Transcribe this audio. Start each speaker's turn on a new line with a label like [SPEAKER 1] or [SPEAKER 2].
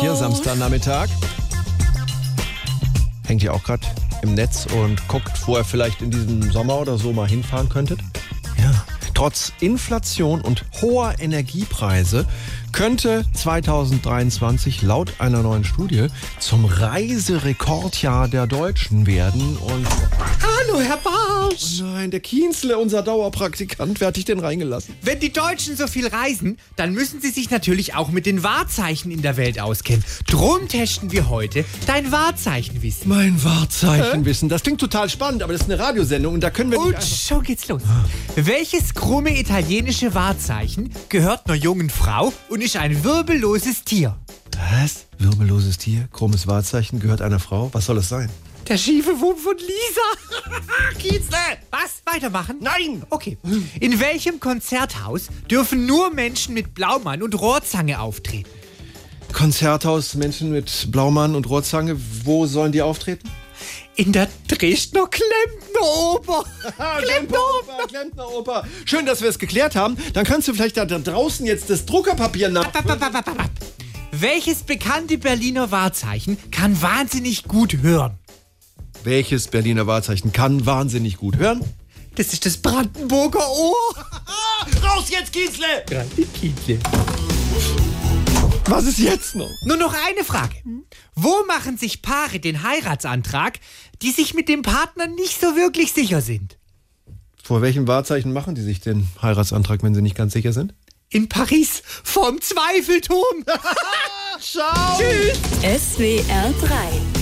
[SPEAKER 1] 4, Samstagnachmittag. Hängt ihr auch gerade im Netz und guckt, wo ihr vielleicht in diesem Sommer oder so mal hinfahren könntet? Ja. Trotz Inflation und hoher Energiepreise könnte 2023 laut einer neuen Studie zum Reiserekordjahr der Deutschen werden. Und oh
[SPEAKER 2] Hallo, Herr Barsch.
[SPEAKER 1] nein, der Kienzle, unser Dauerpraktikant, wer hat dich denn reingelassen?
[SPEAKER 2] Wenn die Deutschen so viel reisen, dann müssen sie sich natürlich auch mit den Wahrzeichen in der Welt auskennen. Drum testen wir heute dein Wahrzeichenwissen.
[SPEAKER 1] Mein Wahrzeichenwissen. Das klingt total spannend, aber das ist eine Radiosendung und da können wir
[SPEAKER 2] Und schon geht's los. Welches krumme italienische Wahrzeichen gehört einer jungen Frau und ist ein wirbelloses Tier?
[SPEAKER 1] Was? Wirbelloses Tier, krummes Wahrzeichen, gehört einer Frau. Was soll es sein?
[SPEAKER 2] Der schiefe Wurm von Lisa. Kienzle. Was? Weitermachen?
[SPEAKER 1] Nein!
[SPEAKER 2] Okay. In welchem Konzerthaus dürfen nur Menschen mit Blaumann und Rohrzange auftreten?
[SPEAKER 1] Konzerthaus, Menschen mit Blaumann und Rohrzange, wo sollen die auftreten?
[SPEAKER 2] In der Dresdner Klempneroper.
[SPEAKER 1] Ah, Klempner-Oper, Klempner-Oper. Schön, dass wir es geklärt haben. Dann kannst du vielleicht da, da draußen jetzt das Druckerpapier nach...
[SPEAKER 2] Bap, bap, bap, bap, bap. Welches bekannte Berliner Wahrzeichen kann wahnsinnig gut hören?
[SPEAKER 1] Welches Berliner Wahrzeichen kann wahnsinnig gut hören?
[SPEAKER 2] Das ist das Brandenburger Ohr.
[SPEAKER 1] Raus jetzt, Kienzle!
[SPEAKER 2] Nur
[SPEAKER 1] Was ist jetzt noch?
[SPEAKER 2] noch eine Frage. Wo machen sich Paare den Heiratsantrag, die sich mit dem Partner nicht so wirklich sicher sind?
[SPEAKER 1] Vor welchem Wahrzeichen machen die sich den Heiratsantrag, wenn sie nicht ganz sicher sind?
[SPEAKER 2] In Paris vom Zweifelturm.
[SPEAKER 1] Schau!
[SPEAKER 2] Tschüss.
[SPEAKER 3] SWR 3